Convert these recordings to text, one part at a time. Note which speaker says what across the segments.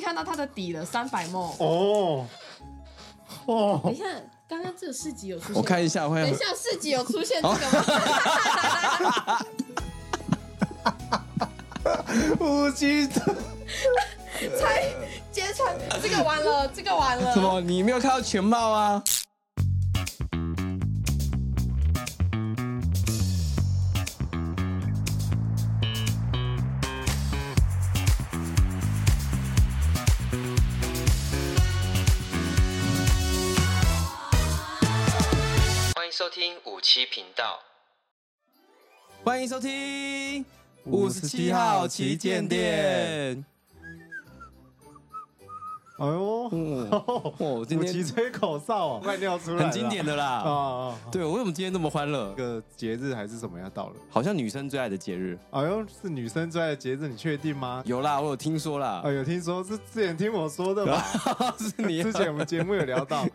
Speaker 1: 看到它的底了，三百梦。
Speaker 2: 哦
Speaker 3: 等
Speaker 2: 哦，
Speaker 3: 一下，刚刚只有四集有出现，
Speaker 4: 我看一 下会
Speaker 3: 等一下四集有出现这个吗？
Speaker 2: 五级的
Speaker 3: 才揭穿这个完 了，这个完
Speaker 4: 哦什
Speaker 3: 了。
Speaker 4: 么？你没有看到全貌啊？
Speaker 5: 欢迎收听五七频道。
Speaker 4: 欢迎收听五十七号旗舰店。
Speaker 2: 哎呦，
Speaker 4: 哦，我今
Speaker 2: 五级
Speaker 4: 天
Speaker 2: 吹口哨啊，快尿出来了，
Speaker 4: 很经典的
Speaker 2: 啊
Speaker 4: 啦。
Speaker 2: 啊！啊
Speaker 4: 对，我为什么今天这么欢乐
Speaker 2: 这？个节日还是什么要到了？
Speaker 4: 好像女生最爱的节 日。
Speaker 2: 哎呦，是女生最爱的节日，你确定吗？
Speaker 4: 有啦，我有听说啦
Speaker 2: 啊哎，，有听说是之前听我说的吧？
Speaker 4: 是你啊。
Speaker 2: 之前我们节目有聊 到，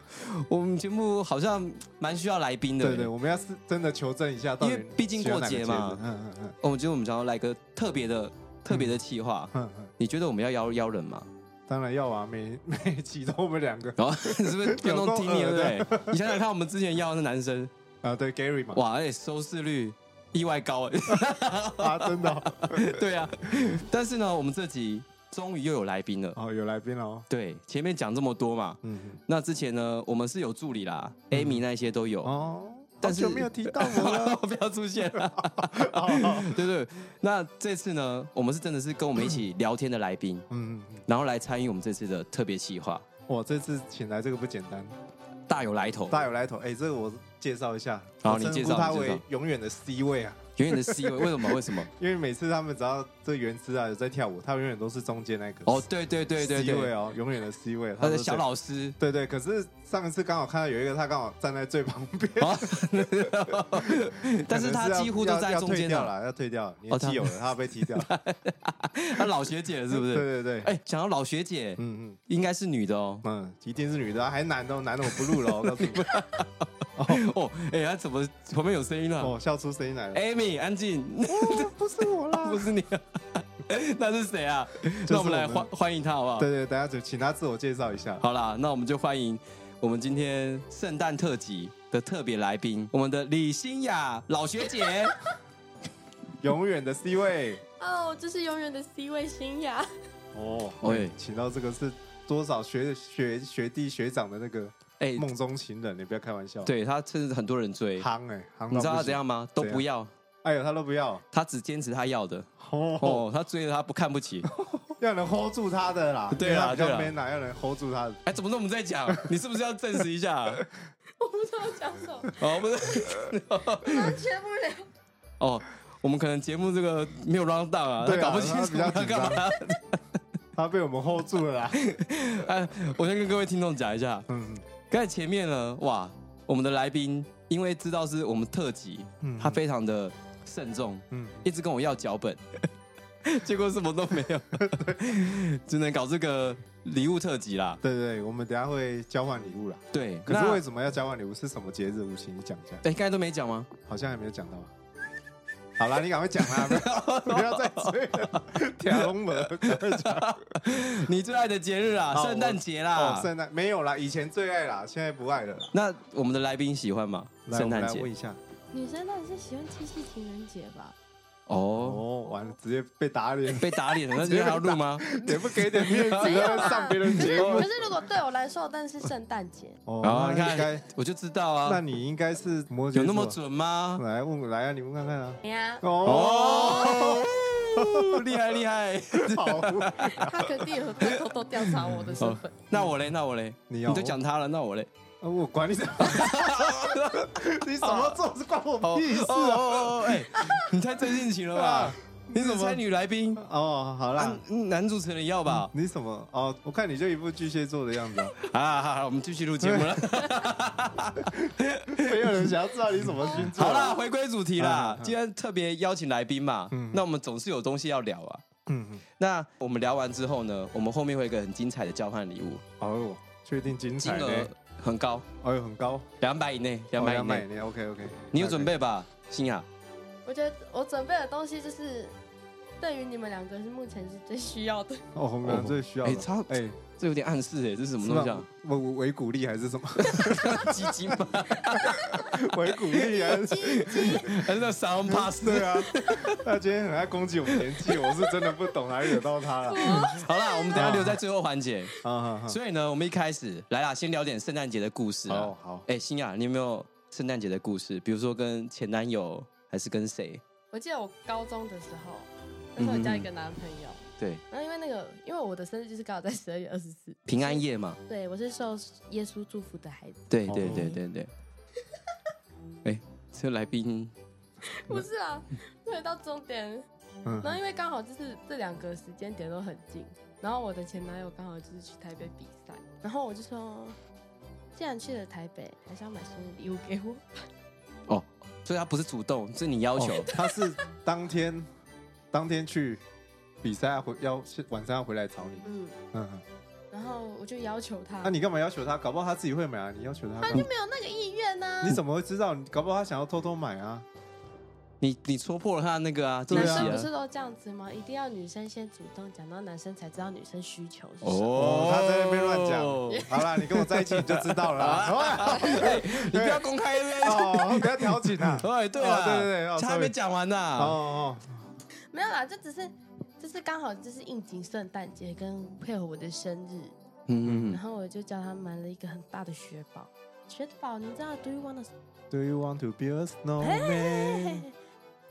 Speaker 4: 我们节目好像蛮需要来宾的。
Speaker 2: 对对，我们要是真的求证一下，到底
Speaker 4: 因为毕竟过
Speaker 2: 喜
Speaker 4: 节嘛
Speaker 2: 欢哪个节日嗯嗯嗯
Speaker 4: 哦，我觉得我们想要来个特别的、特别的企划。
Speaker 2: 嗯嗯，
Speaker 4: 你觉得我们要邀邀人吗？
Speaker 2: 当然要啊，每 每集都我们两个
Speaker 4: 然后是不是观众听你
Speaker 2: 有
Speaker 4: 对
Speaker 2: 够
Speaker 4: 不
Speaker 2: 恶的
Speaker 4: 对？你想想看，我们之前邀的那男生，
Speaker 2: 啊，对 Gary 嘛，
Speaker 4: 哇，哎、收视率意外高哎。
Speaker 2: 啊，真的哦
Speaker 4: 对啊，但是呢，我们这集终于又有来宾了。
Speaker 2: 哦，有来宾了哦，
Speaker 4: 对，前面讲这么多嘛，
Speaker 2: 嗯，
Speaker 4: 那之前呢，我们是有助理啦、a m y 那些都有，
Speaker 2: 哦，
Speaker 4: 但是，
Speaker 2: 好久没有提到我了
Speaker 4: 不要出现 了。对对，那这次呢，我们是真的是跟我们一起聊天的来宾，
Speaker 2: 嗯，嗯
Speaker 4: 然后来参与我们这次的特别企划，
Speaker 2: 嗯哇，这次请来这个不简单，
Speaker 4: 大有来头，
Speaker 2: 大有来头，哎，这个我介绍一下，
Speaker 4: 好
Speaker 2: 我
Speaker 4: 你
Speaker 2: 称呼
Speaker 4: 介绍
Speaker 2: 他
Speaker 4: 你介绍
Speaker 2: 为永远的 C 位啊，
Speaker 4: 远远的 C 位，为什么？为 什么？
Speaker 2: 因为每次他们只要这原汁啊有在跳舞，他永远都是中间那个
Speaker 4: 哦，对对对对
Speaker 2: C 位
Speaker 4: 对，
Speaker 2: 哦，永远的 C 位，
Speaker 4: 他
Speaker 2: 们
Speaker 4: 的
Speaker 2: 都
Speaker 4: 小
Speaker 2: 是
Speaker 4: 老师，
Speaker 2: 对对，可是上一次刚好看到有一个他刚好站在最旁边，
Speaker 4: 啊，哦 但是
Speaker 2: 可
Speaker 4: 他
Speaker 2: 能要
Speaker 4: 几乎都在
Speaker 2: 要
Speaker 4: 中
Speaker 2: 要退
Speaker 4: 间啊哦
Speaker 2: 掉
Speaker 4: 了，
Speaker 2: 了，要退掉了，年纪 有了，他要被踢掉，
Speaker 4: 他老学姐了是 不
Speaker 2: 对对
Speaker 4: 是？
Speaker 2: 对，
Speaker 4: 哎，讲到老学姐，
Speaker 2: 嗯嗯
Speaker 4: 应该是女的哦。
Speaker 2: 嗯，一定是女的啊，还男的哦，男的我不录了，我 告诉你，
Speaker 4: 哦，哎，她怎么旁边有声音了
Speaker 2: 哦，笑出声音来了，
Speaker 4: ？Amy，安静，
Speaker 2: 哦， 不是我啦
Speaker 4: 哎 不，是你啊， 那是谁啊？那我们来
Speaker 2: 我们
Speaker 4: 欢欢迎她好不好？
Speaker 2: 对对，等下就请他自我介绍一下，
Speaker 4: 好啦，那我们就欢迎我们今天圣诞特辑的特别来宾，我们的李欣雅老学 姐。
Speaker 2: 永远的 C 位，
Speaker 3: 哦，这是永远的 C 位新雅，
Speaker 2: 哦，
Speaker 4: 喂
Speaker 2: 请到这个是多少学学学弟学长的那个
Speaker 4: 哎，
Speaker 2: 梦中情人，你不要开玩笑，，
Speaker 4: 对她真的很多人追，
Speaker 2: 夯哎，夯，
Speaker 4: 你知道她怎？样吗？都不要，
Speaker 2: 哎呦，他都不要，
Speaker 4: 她只坚持她要的。
Speaker 2: 哦，
Speaker 4: 哦，他追了他不看不起，
Speaker 2: 要能 hold 住他的啦，
Speaker 4: 对啦
Speaker 2: 因为他比
Speaker 4: 对
Speaker 2: 较
Speaker 4: 啊啦
Speaker 2: man 啦，要能 hold 住他的。
Speaker 4: 哎，怎么那么在讲？你是不是要证实一 下？
Speaker 3: 我不知道讲什么，
Speaker 4: 哦，不是，
Speaker 3: 完全不了。
Speaker 4: 哦，我们可能节目这个没有 round down 啊，他
Speaker 2: 对啊
Speaker 4: 搞不清楚
Speaker 2: 他
Speaker 4: 他
Speaker 2: 比较紧
Speaker 4: 干
Speaker 2: 张
Speaker 4: 嘛。
Speaker 2: 他被我们 hold 住了啦。
Speaker 4: 哎，我先跟各位听众讲一下，
Speaker 2: 嗯，
Speaker 4: 刚才前面呢，哇，我们的来宾因为知道是我们特辑，
Speaker 2: 嗯
Speaker 4: 他非常的慎重，
Speaker 2: 嗯
Speaker 4: 一直跟我要脚本， 结果什么都 没有，只能搞这个礼物特辑啦。
Speaker 2: 对对，我们等一下会交换礼物啦。
Speaker 4: 对，
Speaker 2: 可是
Speaker 4: 那
Speaker 2: 为什么要交换礼物？是什么节日？吴奇，你讲一下，
Speaker 4: 哎，刚才都没讲吗？
Speaker 2: 好像还没有讲到啊。好啦，你赶快讲 啦，不要不要再追了，跳
Speaker 4: 啊
Speaker 2: 龙门，赶快讲
Speaker 4: 你最爱的节日啊，
Speaker 2: 哦
Speaker 4: 圣诞节啦
Speaker 2: 哦，。 圣诞没有啦，以前最爱啦，现在不爱了啦。
Speaker 4: 那我们的来宾喜欢吗？
Speaker 2: 来，我
Speaker 4: 圣
Speaker 2: 们
Speaker 4: 诞
Speaker 2: 来
Speaker 4: 节
Speaker 2: 问一下。
Speaker 3: 女生到底是喜欢七夕情人节吧？
Speaker 4: 哦，
Speaker 2: 哦，完了，直接被打 脸，
Speaker 4: 被打脸了， 那今天还要录吗？
Speaker 2: 也不给点 面子，
Speaker 3: 没有
Speaker 2: 在那
Speaker 4: 啊
Speaker 3: 啦
Speaker 2: 上别人
Speaker 4: 哎
Speaker 2: 节目
Speaker 3: 可。是如果对我来说，但是圣诞节，
Speaker 4: 哦，
Speaker 2: 哦，
Speaker 4: 你
Speaker 2: 那应该
Speaker 4: 看，，我就知道
Speaker 2: 那
Speaker 4: 啊，
Speaker 2: 你应该是摩羯
Speaker 4: 有那么
Speaker 2: 座？
Speaker 4: 准吗？
Speaker 2: 来问，来啊，你问看看啊。
Speaker 3: 哎呀，
Speaker 2: 哦，
Speaker 4: 哦，厉害 厉害！
Speaker 2: 好，
Speaker 3: 他肯定有在偷偷调查我的身份。
Speaker 4: 那我嘞，那我嘞，
Speaker 2: 你
Speaker 4: 你
Speaker 2: 要
Speaker 4: 都讲他了，那我嘞，
Speaker 2: 呃我管 你什么，你什么做是关我屁事
Speaker 4: 哦
Speaker 2: 啊！
Speaker 4: 哦 哦，哎，你太真性情了吧
Speaker 2: 啊？
Speaker 4: 你怎么猜女来宾？
Speaker 2: 哦，好啦
Speaker 4: 啊，男主持人要吧？
Speaker 2: 你什么？哦，我看你就一副巨蟹座的样子 啊，
Speaker 4: 啊，好，好我们继续录节目了。
Speaker 2: 没有人想要知道你什么星座。
Speaker 4: 好啦，，回归主题啦
Speaker 2: 啊嗯，嗯
Speaker 4: 今天特别邀请来宾嘛
Speaker 2: 嗯，
Speaker 4: 那我们总是有东西要聊啊。
Speaker 2: 嗯，
Speaker 4: 那我们聊完之后呢，我们后面会有一个很精彩的交换礼物，
Speaker 2: 哦，确定精
Speaker 4: 金
Speaker 2: 彩
Speaker 4: 额
Speaker 2: 呢？
Speaker 4: 很高，
Speaker 2: 哎呦，很高，哦
Speaker 4: 两百以内，两百以内。
Speaker 2: 呢，OK OK。
Speaker 4: 你有准？备吧，新雅？
Speaker 3: 我觉得我准备的东西就是对于你们两个是目前是最需要 的。
Speaker 2: 哦，红娘最需要的。
Speaker 4: 哎差
Speaker 2: 哎，
Speaker 4: 这有点暗示哎、这是什么东西啊？
Speaker 2: 维维骨力还是什么？
Speaker 4: 鸡鸡吗？
Speaker 2: 维骨力还是？
Speaker 4: 还是 那 sound pass？
Speaker 2: 对啊，他今天很爱攻击我们年纪，我是真的不懂，还惹到他了。
Speaker 4: 好啦，我们等一下留在最后环节。
Speaker 2: 好好好，
Speaker 4: 所以呢，我们一开始来啦，先聊点圣诞节的故事啦。
Speaker 2: 好好
Speaker 4: 哎、新雅，你有没有圣诞节的故事？比如说跟前男友，还是跟谁？
Speaker 3: 我记得我高中的时候，那时候我交一个男朋友，
Speaker 4: 对，
Speaker 3: 然后因为那个，因为我的生日就是刚好在十二月二十四，
Speaker 4: 平安夜嘛。
Speaker 3: 对我是受耶稣祝福的孩子，
Speaker 4: 对
Speaker 2: 哦
Speaker 4: 对对对对。哎、这来宾
Speaker 3: 不是啊，对，到终点。然后
Speaker 2: 嗯，
Speaker 3: 因为刚好就是这两个时间点都很近，然后我的前男友刚好就是去台北比赛，然后我就说，既然去了台北，还是要买生日礼物给我。
Speaker 4: 哦，所以他不是主动，是你要求。
Speaker 2: 哦他是当天当天去比赛回要是晚上要回来找你。
Speaker 3: 嗯，
Speaker 2: 嗯，嗯
Speaker 3: 然后我就要求他，
Speaker 2: 那你干嘛要求他？搞不好他自己会买啊，啊你要求他干嘛。
Speaker 3: 没有那个意愿啊呢、
Speaker 2: 你怎么会知道？你搞不好他想要偷偷买啊。
Speaker 4: 你你戳破了他那个啊，这
Speaker 3: 男
Speaker 4: 个
Speaker 2: 对啊
Speaker 3: 生不
Speaker 4: 喜
Speaker 3: 是都这样子吗？一定要女生先主动讲，然后男生才知道女生需求是什么。
Speaker 2: 哦，他在那边乱讲。
Speaker 4: 哦
Speaker 2: 好啦，你跟我在一起你就知道了啦。
Speaker 4: 哎你不要公开对不
Speaker 2: 哦，不要调情啊。
Speaker 4: 对？哎，对
Speaker 2: 哦
Speaker 4: 啊，
Speaker 2: 对对对哦
Speaker 4: 他还没讲完呢。啊
Speaker 2: 哦
Speaker 3: 没有啦，这只是，就是刚好就是应景圣诞节跟配合我的生日，
Speaker 4: 嗯
Speaker 3: 然，后我就叫他买了一个很大的雪宝。雪宝，你知道 Do you wanna
Speaker 2: 哦，Do you want to be a snowman？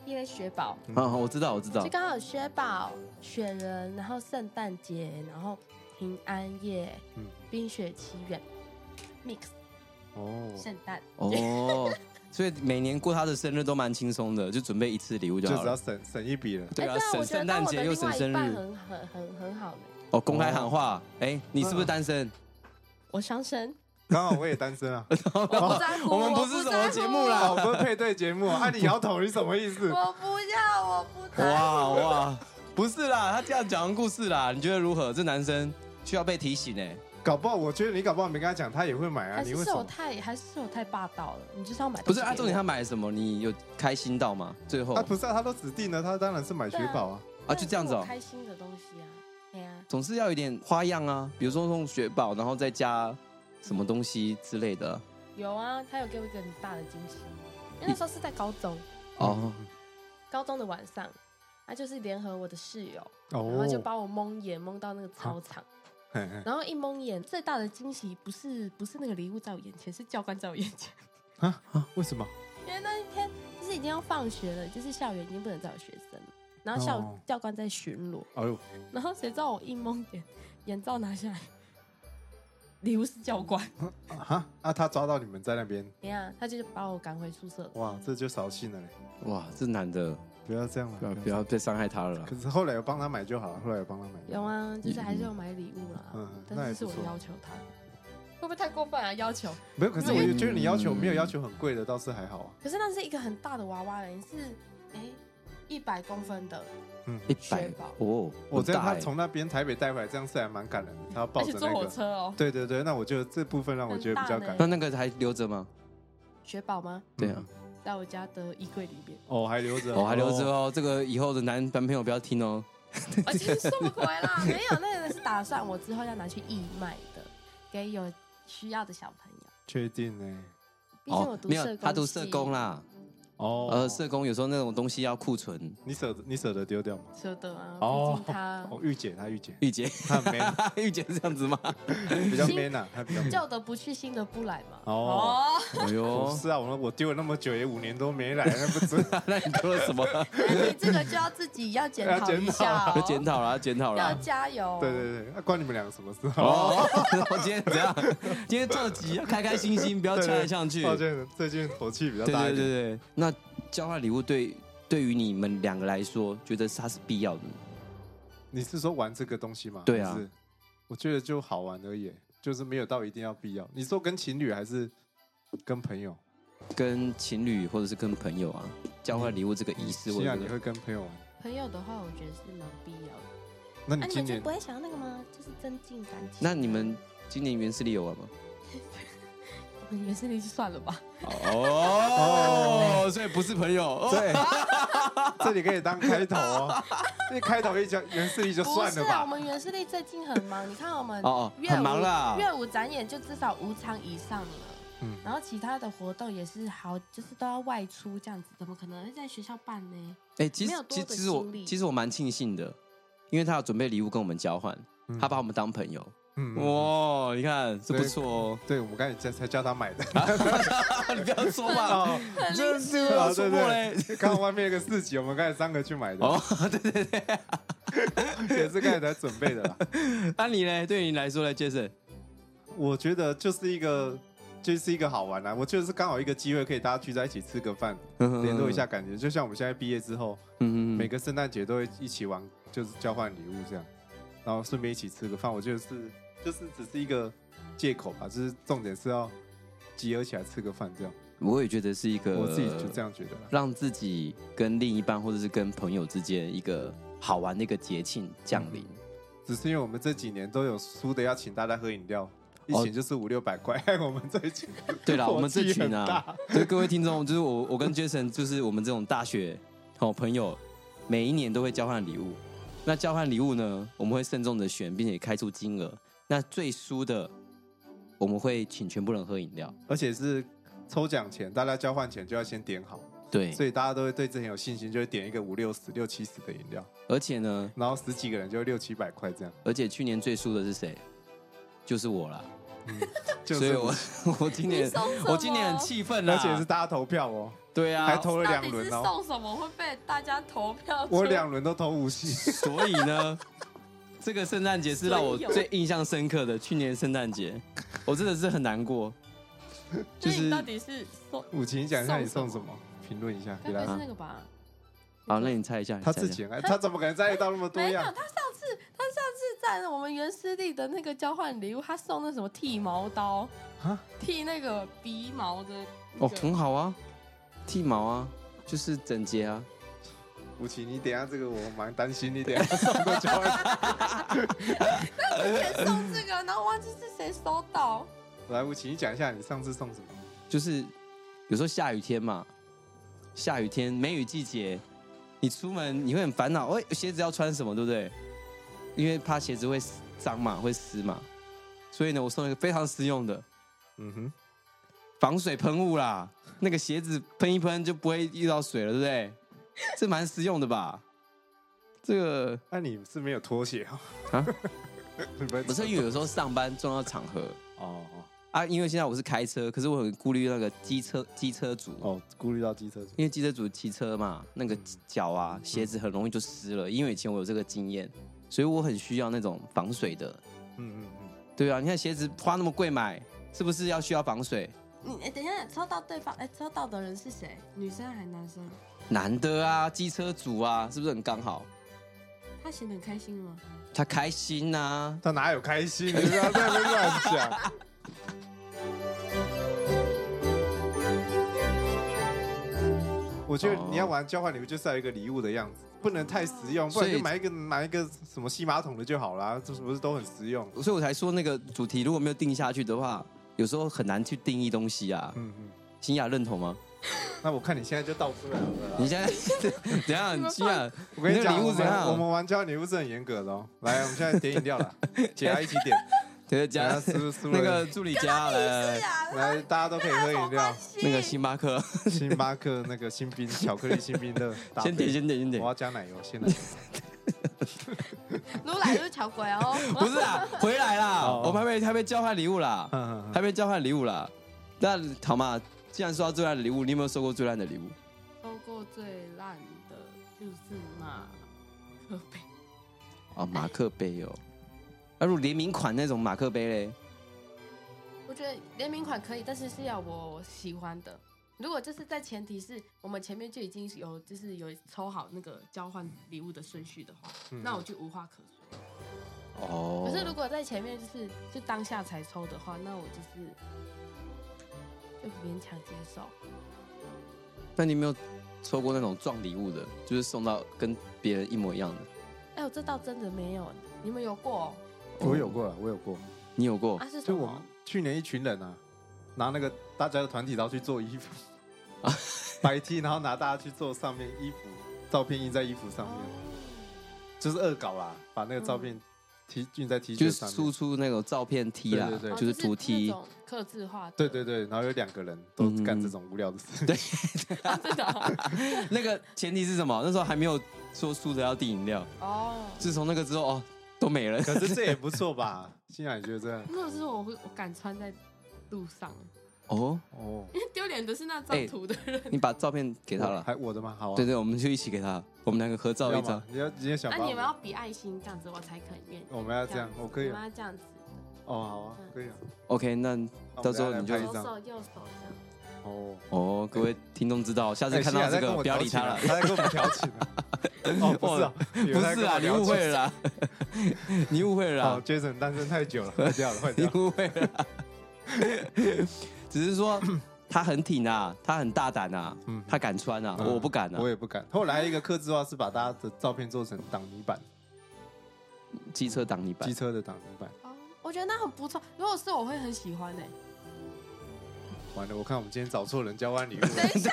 Speaker 3: 因为雪宝，
Speaker 4: 嗯好，好我知道，我知道
Speaker 3: 就。刚好雪宝、雪人，然后圣诞节，然后平安夜、
Speaker 2: 嗯
Speaker 3: 冰雪奇缘，mix
Speaker 2: 哦，
Speaker 3: 圣诞。
Speaker 4: 哦，所以每年过他的生日都蛮轻松的，就准备一次礼物就
Speaker 2: 就啊
Speaker 4: 好
Speaker 2: 只要
Speaker 4: 了。
Speaker 2: 省省一笔了。
Speaker 4: 对啊
Speaker 3: 哎，
Speaker 4: 省
Speaker 3: 我觉得
Speaker 4: 圣
Speaker 3: 当
Speaker 4: 诞
Speaker 3: 我
Speaker 4: 节
Speaker 3: 的
Speaker 4: 又
Speaker 3: 另
Speaker 4: 省
Speaker 3: 外
Speaker 4: 生
Speaker 3: 一半
Speaker 4: 日，
Speaker 3: 很很很很好呢。
Speaker 4: 哦，公开喊话，哎，你是不是单身？
Speaker 3: 我伤身，
Speaker 2: 刚好我也单 身啊，
Speaker 3: 我不在乎，
Speaker 4: 我们不是
Speaker 3: 我
Speaker 4: 什
Speaker 3: 在
Speaker 4: 么
Speaker 3: 乎
Speaker 4: 节目啦
Speaker 2: 哦，不是配对节目啊，啊你摇头你什么意思？
Speaker 3: 我不要，我不在乎。
Speaker 4: 哇哇，不是啦，他这样讲完故事啦，你觉得如何？这男生需要被提醒哎。
Speaker 2: 搞不好我觉得你搞不好没跟他讲，他也会买啊，
Speaker 3: 还
Speaker 2: 你
Speaker 3: 是
Speaker 2: 为
Speaker 3: 是
Speaker 2: 什
Speaker 3: 我
Speaker 2: 么？
Speaker 3: 太还是是我太霸道了？你就是要买东
Speaker 4: 不
Speaker 3: 西
Speaker 4: 是
Speaker 3: 给我，
Speaker 4: 啊，重点他买了什么？你有开心到吗？最后
Speaker 2: 啊，不是啊，他都指定了，他当然是买雪宝啊。
Speaker 4: 啊，就这样子
Speaker 3: 那是我
Speaker 4: 哦。
Speaker 3: 开心的东西啊，对呀，
Speaker 4: 总是要有点花样啊，比如说送雪宝，然后再加什么东西之类的。
Speaker 3: 有啊，他有给我一个很大的惊喜，因为那时候是在高中，
Speaker 4: 哦，
Speaker 3: 高中的晚上，他就是联合我的室友，然后就
Speaker 2: 哦，
Speaker 3: 把我蒙眼蒙到那个操场，
Speaker 2: 嘿嘿
Speaker 3: 然后一蒙眼，最大的惊喜不是不是那个礼物在我眼前，是教官在我眼前，
Speaker 2: 啊啊，为什么？
Speaker 3: 因为那一天就是已经要放学了，就是校园已经不能再有学生了，然后校、
Speaker 2: 哦
Speaker 3: 教官在巡逻，
Speaker 2: 哎呦，
Speaker 3: 然后谁知道我一蒙眼，眼罩拿下来，礼物是教官，
Speaker 2: 啊哈，啊，他抓到你们在那边，
Speaker 3: 怎样？他就是把我赶回宿舍。
Speaker 2: 哇，这就扫兴了嘞，
Speaker 4: 哇，这男的
Speaker 2: 不要这样了，
Speaker 4: 不要不
Speaker 2: 这样。
Speaker 4: 要再伤害他了啦。
Speaker 2: 可是后来有帮他买就好了，后来有帮他买。
Speaker 3: 有啊，就是还是有买礼物啦，
Speaker 2: 嗯那
Speaker 3: 但
Speaker 2: 也
Speaker 3: 是是
Speaker 2: 不
Speaker 3: 我
Speaker 2: 错
Speaker 3: 要求他的，会不会太过分啊？要求？
Speaker 2: 没有，可是我觉得你要求没有要求很贵的倒是还好啊。
Speaker 3: 可是那是一个很大的娃娃嘞，是哎一百公分的，
Speaker 4: 一百
Speaker 3: 雪宝
Speaker 4: 哦，
Speaker 2: 我这样
Speaker 4: 很
Speaker 2: 他
Speaker 4: 大欸
Speaker 2: 从那边台北带回来，这样是还蛮感人的。他要抱
Speaker 3: 而
Speaker 2: 着
Speaker 3: 且
Speaker 2: 那
Speaker 3: 坐火
Speaker 2: 个，
Speaker 3: 车哦，
Speaker 2: 对对对，那我觉得这部分让我觉得比较感
Speaker 3: 很大呢
Speaker 2: 人。
Speaker 4: 那那个还留着吗？
Speaker 3: 雪宝吗？
Speaker 4: 对啊，
Speaker 3: 在我家的衣柜里面，
Speaker 2: 哦，还留着，
Speaker 4: 哦，还留着哦。这个以后的男男朋友不要听哦。
Speaker 3: 而且收 回啦，没有，那个是打算我之后要拿去义卖的，给有需要的小朋友。
Speaker 2: 确定呢？
Speaker 3: 毕竟我
Speaker 4: 哦，
Speaker 3: 读
Speaker 4: 没
Speaker 3: 社
Speaker 4: 有，
Speaker 3: 工，
Speaker 4: 他读社工，啦。
Speaker 2: 哦，
Speaker 4: 呃，社工有时候那种东西要库存。
Speaker 2: 你舍得你舍得丢掉吗？
Speaker 3: 舍得啊，
Speaker 2: 哦
Speaker 3: 毕竟他
Speaker 2: 哦，御姐她御姐，
Speaker 4: 玉姐，
Speaker 2: 她很 man，
Speaker 4: 玉姐是这样子吗？
Speaker 2: 比较
Speaker 3: 新
Speaker 2: man 啊，她比较 man。
Speaker 3: 旧的不去，新的不来嘛。
Speaker 2: 哦
Speaker 4: 哎
Speaker 2: 不
Speaker 4: 呦，
Speaker 2: 是啊，我我丢了那么久，也五年都没来，那不准。
Speaker 4: 那你丢了什么？
Speaker 3: 那你这个就要自己要检讨一下、
Speaker 4: 要
Speaker 3: 哦，
Speaker 4: 检讨啦，检讨
Speaker 3: 要
Speaker 4: 啦。
Speaker 3: 加油。
Speaker 2: 对对对，那关你们两个什么事？哦，
Speaker 4: 哦，我今天怎样？今天这集要开开心心，不要
Speaker 2: 对
Speaker 4: 呛
Speaker 2: 对
Speaker 4: 来呛去。
Speaker 2: 抱歉，最近火气比较
Speaker 4: 对
Speaker 2: 大
Speaker 4: 对
Speaker 2: 一点。
Speaker 4: 对对，那交换礼物对对于你们两个来说，觉得它是必要的吗。
Speaker 2: 你是说玩这个东西吗？
Speaker 4: 对啊
Speaker 2: 还是，我觉得就好玩而已，就是没有到一定要必要。你说跟情侣还是跟朋友？
Speaker 4: 跟情侣或者是跟朋友啊，交换礼物这个仪式，我
Speaker 2: 西亚
Speaker 4: 觉
Speaker 2: 你
Speaker 4: 得
Speaker 2: 会跟朋友玩？
Speaker 3: 朋友的话，我觉得是蛮必要的。
Speaker 2: 那你
Speaker 3: 啊，
Speaker 2: 嗯
Speaker 3: 你
Speaker 2: 今
Speaker 3: 们就
Speaker 2: 年
Speaker 3: 不会想要那个吗？就是增进感情。
Speaker 4: 那你们今年元旦里有玩吗？
Speaker 3: 我们原生离就算了吧。
Speaker 4: 哦，所以不是朋友，
Speaker 2: 对， 这里可以当开头 哦。这开头一讲袁世力就
Speaker 3: 不
Speaker 2: 算
Speaker 3: 是
Speaker 2: 了
Speaker 3: 啊，我
Speaker 2: 吧。
Speaker 3: 们袁世力最近很忙，你看我们
Speaker 4: 哦哦
Speaker 3: 乐
Speaker 4: 很
Speaker 3: 舞
Speaker 4: 忙啦
Speaker 3: 乐舞展演就至少五场以上了。
Speaker 2: 嗯
Speaker 3: 然后其他的活动也是好，就是都要外出这样子，怎么可能会在学校办呢？
Speaker 4: 哎、其
Speaker 3: 没
Speaker 4: 实
Speaker 3: 有多
Speaker 4: 其其
Speaker 3: 的
Speaker 4: 实我
Speaker 3: 心力
Speaker 4: 其实我蛮庆幸的，因为他有准备礼物跟我们交换，
Speaker 2: 嗯
Speaker 4: 他把我们当朋友。
Speaker 2: 嗯
Speaker 4: 哇、
Speaker 2: 嗯
Speaker 4: 你看这不错哦。
Speaker 2: 对，我们刚才才才叫他买的。
Speaker 4: 啊 你不要说嘛，
Speaker 2: 哦，
Speaker 4: 这是
Speaker 2: 对
Speaker 4: 要
Speaker 2: 啊对
Speaker 4: 说过嘞。
Speaker 2: 对，刚刚外面有个四级，我们刚才三个去买的，
Speaker 4: 哦，对对对，
Speaker 2: 也是刚才才准备的啦。
Speaker 4: 那、你呢？对你来说呢，Jason？
Speaker 2: 我觉得就是一个。就是一个好玩啦、啊我觉得是刚好一个机会，可以大家聚在一起吃个饭，
Speaker 4: 嗯
Speaker 2: 联络一下感情。就像我们现在毕业之后，
Speaker 4: 嗯，嗯嗯，
Speaker 2: 每个圣诞节都会一起玩，就是交换礼物这样，然后顺便一起吃个饭。我觉得是就是只是一个借口吧，就是重点是要集合起来吃个饭这样。
Speaker 4: 我也觉得是一个
Speaker 2: 我自己就这样觉得啦。
Speaker 4: 让自己跟另一半或者是跟朋友之间一个好玩的一个节庆降临。
Speaker 2: 嗯只是因为我们这几年都有输的要请大家喝饮
Speaker 4: 哦
Speaker 2: 料，一请就是五六百块， 我们这一群
Speaker 4: 对 啦，
Speaker 2: 火气
Speaker 4: 我们这群
Speaker 2: 很
Speaker 4: 啊
Speaker 2: 大，
Speaker 4: 就是各位听众，就是我我跟 Jason，就是我们这种大学好朋友，每一年都会交换礼物。那交换礼物呢，我们会慎重的选，并且开出金额。那最输的，我们会请全部人喝饮料。
Speaker 2: 而且是抽奖前大家交换前就要先点好，
Speaker 4: 对，
Speaker 2: 所以大家都会对这很有信心，就会点一个五六十、六七十的饮料，
Speaker 4: 而且呢，
Speaker 2: 然后十几个人就六七百块这样。
Speaker 4: 而且去年最输的是谁？就是我啦。
Speaker 2: 就
Speaker 4: 所以
Speaker 2: 是
Speaker 4: 我我今
Speaker 3: 你
Speaker 4: 年
Speaker 3: 送什么
Speaker 4: 我今年很气愤啦，
Speaker 2: 哦而且是大家投票哦，
Speaker 4: 对啊，
Speaker 2: 还投了
Speaker 3: 到
Speaker 2: 两
Speaker 3: 底
Speaker 2: 轮
Speaker 3: 是
Speaker 2: 哦。
Speaker 3: 送什么会被大家投票出？
Speaker 2: 我 两轮都投无 锡，
Speaker 4: 所以呢，这个圣诞节是让我
Speaker 3: 所以有
Speaker 4: 最印象深刻的。去年圣诞节，我真的是很难过。就
Speaker 3: 所以
Speaker 4: 是
Speaker 3: 你到底是送？
Speaker 2: 武琴讲一下你送什
Speaker 3: 送
Speaker 2: 么，评论一下
Speaker 3: 该
Speaker 2: 给
Speaker 3: 不会
Speaker 2: 他看。
Speaker 3: 是那个吧？
Speaker 4: 好，那你猜一下，
Speaker 2: 他
Speaker 4: 你猜一
Speaker 2: 自
Speaker 4: 下
Speaker 2: 己很爱，他怎么可能在意到那么多
Speaker 3: 没有，他
Speaker 2: 样
Speaker 3: 上？次他上次在我们原师弟的那个交换礼物，他送那什么剃毛刀
Speaker 2: 啊，
Speaker 3: 剃那个鼻毛的、那
Speaker 4: 哦，
Speaker 3: 个
Speaker 4: 很好啊，剃毛啊，就是整洁啊。
Speaker 2: 武琴，你等一下这个我蛮担心，你等一下送过去会。
Speaker 3: 之前送这个，然后忘记是谁收到。
Speaker 2: 来，武琴，你讲一下你上次送什么？
Speaker 4: 就是有时候下雨天嘛，下雨天梅雨季节，你出门你会很烦恼，哎、鞋子要穿什么，对不对？因为怕鞋子会脏嘛，会湿嘛，所以呢，我送了一个非常实用的
Speaker 2: 嗯哼，
Speaker 4: 防水喷雾啦，那个鞋子喷一喷就不会遇到水了，对不对？这蛮实用的吧？这个
Speaker 2: 那啊你是没有拖鞋哦？
Speaker 4: 啊，
Speaker 2: 你们
Speaker 4: 不是因为有时候上班重要场合
Speaker 2: 哦
Speaker 4: 啊，因为现在我是开车，可是我很顾虑那个机车机车族
Speaker 2: 哦哦，顾虑到机车主。
Speaker 4: 因为机车主骑车嘛，那个脚啊、鞋子很容易就湿了。因为以前我有这个经验，所以我很需要那种防水的。
Speaker 2: 嗯嗯嗯，
Speaker 4: 对啊，你看鞋子花那么贵买，是不是要需要防水？
Speaker 3: 你哎、等一下，抽到对方哎、抽到的人是谁？女生还男生？
Speaker 4: 男的啊，机车主啊，是不是很刚好？
Speaker 3: 他显得很开心吗？
Speaker 4: 他开心呐、啊。
Speaker 2: 他哪有开心？你不要在那边乱讲。我觉得你要玩交换礼物，就是要有一个礼物的样子，不能太实用，不然
Speaker 4: 所
Speaker 2: 就
Speaker 4: 以
Speaker 2: 买一个买一个什么吸马桶的就好啦，这不是都很实用？
Speaker 4: 所以我才说那个主题如果没有定下去的话，有时候很难去定义东西啊。
Speaker 2: 嗯嗯，
Speaker 4: 新雅认同吗？
Speaker 2: 那我看你现在就倒出来了
Speaker 4: 你
Speaker 2: 啦。
Speaker 4: 现在 等一 下，
Speaker 3: 们放
Speaker 4: 新雅，
Speaker 2: 我跟你讲，
Speaker 4: 你的礼物
Speaker 2: 我
Speaker 4: 怎
Speaker 2: 们
Speaker 4: 样
Speaker 2: 我们玩交换礼物是很严格的哦。来，我们现在点饮料了，姐啊一起点，
Speaker 4: 等一下
Speaker 2: 来输输了
Speaker 4: 那 个助理家来来来，
Speaker 3: 啊
Speaker 2: 来大家都可以喝饮料，
Speaker 4: 那个星巴克，
Speaker 2: 星巴克那个新冰巧克力新冰乐，搭配
Speaker 4: 先点先点先
Speaker 2: 我
Speaker 4: 点。
Speaker 2: 要加奶油，先奶油。
Speaker 3: 撸来撸巧鬼 哦，
Speaker 4: 不是啊，回来啦，
Speaker 2: 哦
Speaker 4: 我们还没还没交换礼物啦，
Speaker 2: 嗯嗯
Speaker 4: 还没交换礼物啦。那好嘛，既然说到最烂的礼物，你有没有收过最烂的礼物？
Speaker 3: 收过最烂的就是马克杯，
Speaker 4: 哦，马克杯哦。那如果联名款那种马克杯嘞？
Speaker 3: 我觉得联名款可以，但是是要我喜欢的。如果就是在前提是我们前面就已经有就是有抽好那个交换礼物的顺序的话，
Speaker 2: 嗯
Speaker 3: 那我就无话可说。
Speaker 4: 哦，
Speaker 3: 可是如果在前面就是就当下才抽的话，那我就是就勉强接受。
Speaker 4: 那你有没有抽过那种撞礼物的，就是送到跟别人一模一样的？
Speaker 3: 哎、我这倒真的没有，你们有过、哦
Speaker 2: 我有过了，我有过，
Speaker 4: 你有过
Speaker 3: 啊？是什
Speaker 2: 就我们
Speaker 3: 么？
Speaker 2: 去年一群人啊，拿那个 大家的团体，然后去做衣服，白 T，然后拿大家去做上面衣服照片印在衣服上面，
Speaker 3: 哦
Speaker 2: 就是恶搞啦，把那个照片 T 印在 T
Speaker 4: 嗯就
Speaker 2: 恤
Speaker 4: 是
Speaker 2: 上
Speaker 4: 输
Speaker 2: 面。
Speaker 4: 出那种照片 T 啦，
Speaker 2: 对对对
Speaker 4: 就是图 T，
Speaker 3: 那种刻字化的，
Speaker 2: 对对对，然后有两个人都
Speaker 4: 嗯
Speaker 2: 干这种无聊的事。
Speaker 4: 对
Speaker 3: 啊，真的啊
Speaker 4: 那个前提是什么？那时候还没有说输的要订饮料，
Speaker 3: 哦。
Speaker 4: 自从那个之后哦，都没了。
Speaker 2: 可是这也不错吧？欣然你觉得这样？
Speaker 3: 那时候我会我敢穿在路上，
Speaker 4: 哦，
Speaker 2: 哦，
Speaker 3: 因为丢脸的是那
Speaker 4: 哎
Speaker 3: 张图的人。
Speaker 4: 你把照片给他了，
Speaker 2: 还我的吗？好啊，
Speaker 4: 对对，我们就一起给他，我们两个合照
Speaker 2: 要
Speaker 4: 一张
Speaker 2: 吗，。你要你 也想
Speaker 3: 那
Speaker 2: 把
Speaker 3: 啊你
Speaker 2: 我
Speaker 3: 们要比爱心这样子，我才肯愿意。
Speaker 2: 我们要这样，我可以
Speaker 3: 我
Speaker 2: 啊
Speaker 3: 们要这样子，
Speaker 2: 哦，好啊，可以啊。
Speaker 4: OK，那
Speaker 2: 那我
Speaker 4: 到
Speaker 2: 们
Speaker 4: 时候
Speaker 2: 来
Speaker 4: 你
Speaker 2: 拍
Speaker 4: 就
Speaker 2: 一
Speaker 3: 左
Speaker 2: 张
Speaker 3: 手右手这样。
Speaker 2: 哦。
Speaker 4: 哦，各位听众知道，下次
Speaker 2: 哎
Speaker 4: 看
Speaker 2: 欣
Speaker 4: 到
Speaker 2: 然
Speaker 4: 这
Speaker 2: 在跟
Speaker 4: 个
Speaker 2: 我
Speaker 4: 不要
Speaker 2: 调
Speaker 4: 理
Speaker 2: 情
Speaker 4: 他了
Speaker 2: 啊。他在跟我们调情 啊。哦，不是啊，
Speaker 4: 不是啊，你误会
Speaker 2: 了。
Speaker 4: 了啦， 你误会了
Speaker 2: 好
Speaker 4: 啦，
Speaker 2: 哦，Jason 单身太久了，坏掉了， 坏
Speaker 4: 你
Speaker 2: 掉了。
Speaker 4: 误会了啦。啊只 是说他很挺啊，他很大胆啊，
Speaker 2: 嗯
Speaker 4: 他敢穿啊，我不敢啊
Speaker 2: 我。也不敢。后来一个刻字化是把大家的照片做成挡泥板，
Speaker 4: 机车挡泥板
Speaker 2: 机，车的挡泥板。
Speaker 3: 哦，我觉得那很不错。如果是我会很喜欢诶。欸
Speaker 2: 完了，我看我们今天找错人交换礼物。
Speaker 3: 等一下，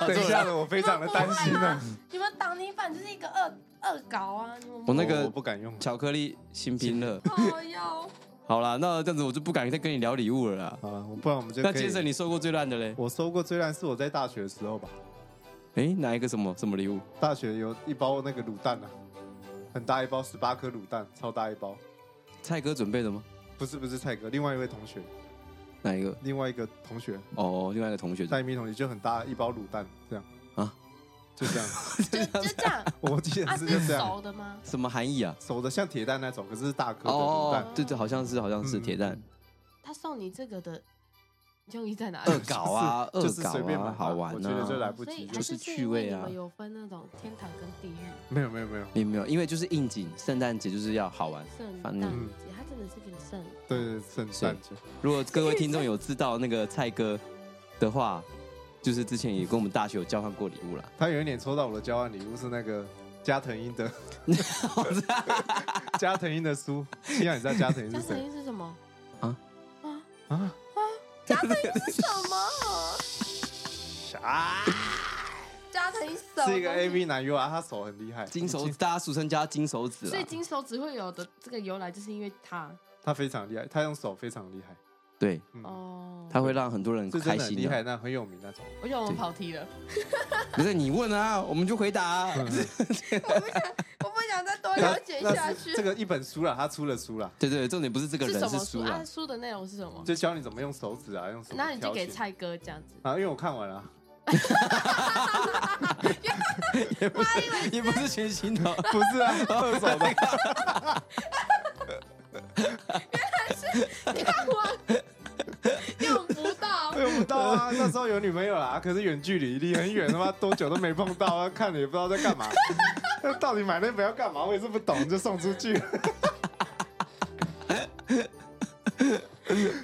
Speaker 2: 等一下，我非常的担心啊呢。
Speaker 3: 你们挡泥板就是一个恶恶搞啊！你们
Speaker 4: 我那个
Speaker 2: 我不敢用。
Speaker 4: 巧克力新拼乐。
Speaker 3: 哦哟，
Speaker 4: 好啦，那这样子我就不敢再跟你聊礼物了啦。
Speaker 2: 好了，我不然我们就
Speaker 4: 那
Speaker 2: 可
Speaker 4: 接着
Speaker 2: 以。
Speaker 4: 你收过最烂的嘞？
Speaker 2: 我收过最烂是我在大学的时候吧，
Speaker 4: 诶，哪一个什么什么礼物？
Speaker 2: 大学有一包那个卤蛋啊，很大一包，十八颗卤蛋，超大一包。
Speaker 4: 蔡哥准备的吗？
Speaker 2: 不是不是蔡哥，另外一位同学，
Speaker 4: 哪一个？
Speaker 2: 另外一个同学
Speaker 4: 哦，另外一个同学。
Speaker 2: 戴咪同学就很大一包卤蛋这样
Speaker 4: 啊，
Speaker 2: 就这 样。
Speaker 3: 就就这样
Speaker 2: 我记
Speaker 3: 啊？
Speaker 2: 得是就是这样，
Speaker 3: 熟的吗？
Speaker 4: 什么含义啊？
Speaker 2: 熟的像铁蛋那种，可是是大颗的卤蛋
Speaker 4: 哦，。对对，好像是好像是
Speaker 2: 嗯
Speaker 4: 铁蛋。
Speaker 3: 他送你这个的用意在哪里？哦
Speaker 4: 恶搞啊，
Speaker 2: 就
Speaker 4: 恶
Speaker 2: 是
Speaker 4: 搞
Speaker 2: 随便买
Speaker 4: 啊，
Speaker 2: 吧
Speaker 4: 好玩
Speaker 2: 我觉得就
Speaker 4: 啊。
Speaker 2: 来不及
Speaker 3: 所以
Speaker 2: 就
Speaker 3: 还
Speaker 4: 是
Speaker 3: 是
Speaker 4: 趣味啊
Speaker 3: 因为你们有分那种天堂跟地狱，
Speaker 2: 没有没有没有，
Speaker 4: 也没有，因为就是应景，圣诞节就是要好玩。
Speaker 3: 圣
Speaker 4: 反
Speaker 3: 诞
Speaker 4: 正
Speaker 3: 节，他真的是给你圣。
Speaker 2: 对对，圣
Speaker 4: 是
Speaker 2: 诞节
Speaker 4: 如果各位听众有知道那个蔡哥的话，就是之前也跟我们大学有交换过礼物啦。
Speaker 2: 他有一年抽到我的交换礼物是那个加藤鹰 的，加藤鹰的书。欣然，你知道加藤鹰
Speaker 3: 加
Speaker 2: 是
Speaker 3: 成
Speaker 2: 谁
Speaker 3: 音是什么？
Speaker 2: 啊？
Speaker 3: 加成音是什么？
Speaker 2: 啥？
Speaker 3: 加成音是什么？
Speaker 2: 是一个 AV 男优啊，他手很厉害，
Speaker 4: 金手指，大家俗称叫他金手指
Speaker 3: 所
Speaker 4: 啦
Speaker 3: 以。金手指会有的这个由来，就是因为他
Speaker 2: 他非常厉害，他用手非常厉害，
Speaker 4: 对，
Speaker 2: 嗯，
Speaker 3: 哦。
Speaker 4: 他会让很多人
Speaker 2: 这真
Speaker 4: 开
Speaker 2: 的很
Speaker 4: 心啊
Speaker 2: 厉
Speaker 4: 的
Speaker 2: 害，。那很有名那种。
Speaker 3: 我觉得我们跑题了，
Speaker 4: 不是你问啊，我们就回答、
Speaker 2: 嗯
Speaker 4: 啊。
Speaker 3: 我不想再多
Speaker 2: 那
Speaker 3: 了解
Speaker 2: 那
Speaker 3: 下
Speaker 2: 是
Speaker 3: 去。
Speaker 2: 这个一本书啦，他出了书啦，
Speaker 4: 对对，重点不是这个
Speaker 3: 是
Speaker 4: 人
Speaker 3: 什
Speaker 4: 是
Speaker 3: 么
Speaker 4: 输
Speaker 3: 书
Speaker 4: 啊
Speaker 3: 啊？，书的内容是什么？
Speaker 2: 就教你怎么用手指啊，用手指
Speaker 3: 那你就
Speaker 2: 挑
Speaker 3: 给
Speaker 2: 选
Speaker 3: 蔡哥这样子，
Speaker 2: 啊，因为我看完了啊，
Speaker 4: 也不是也不是全 新的哦，
Speaker 2: 不是啊，二手的。
Speaker 3: 用不到。
Speaker 2: 用不到 啊，那时候有女朋友啦，可是远距离离很远，他妈多久都没碰到啊， 看了也不知道在干嘛。那到底买那本要干嘛？我也是不懂，就送出去。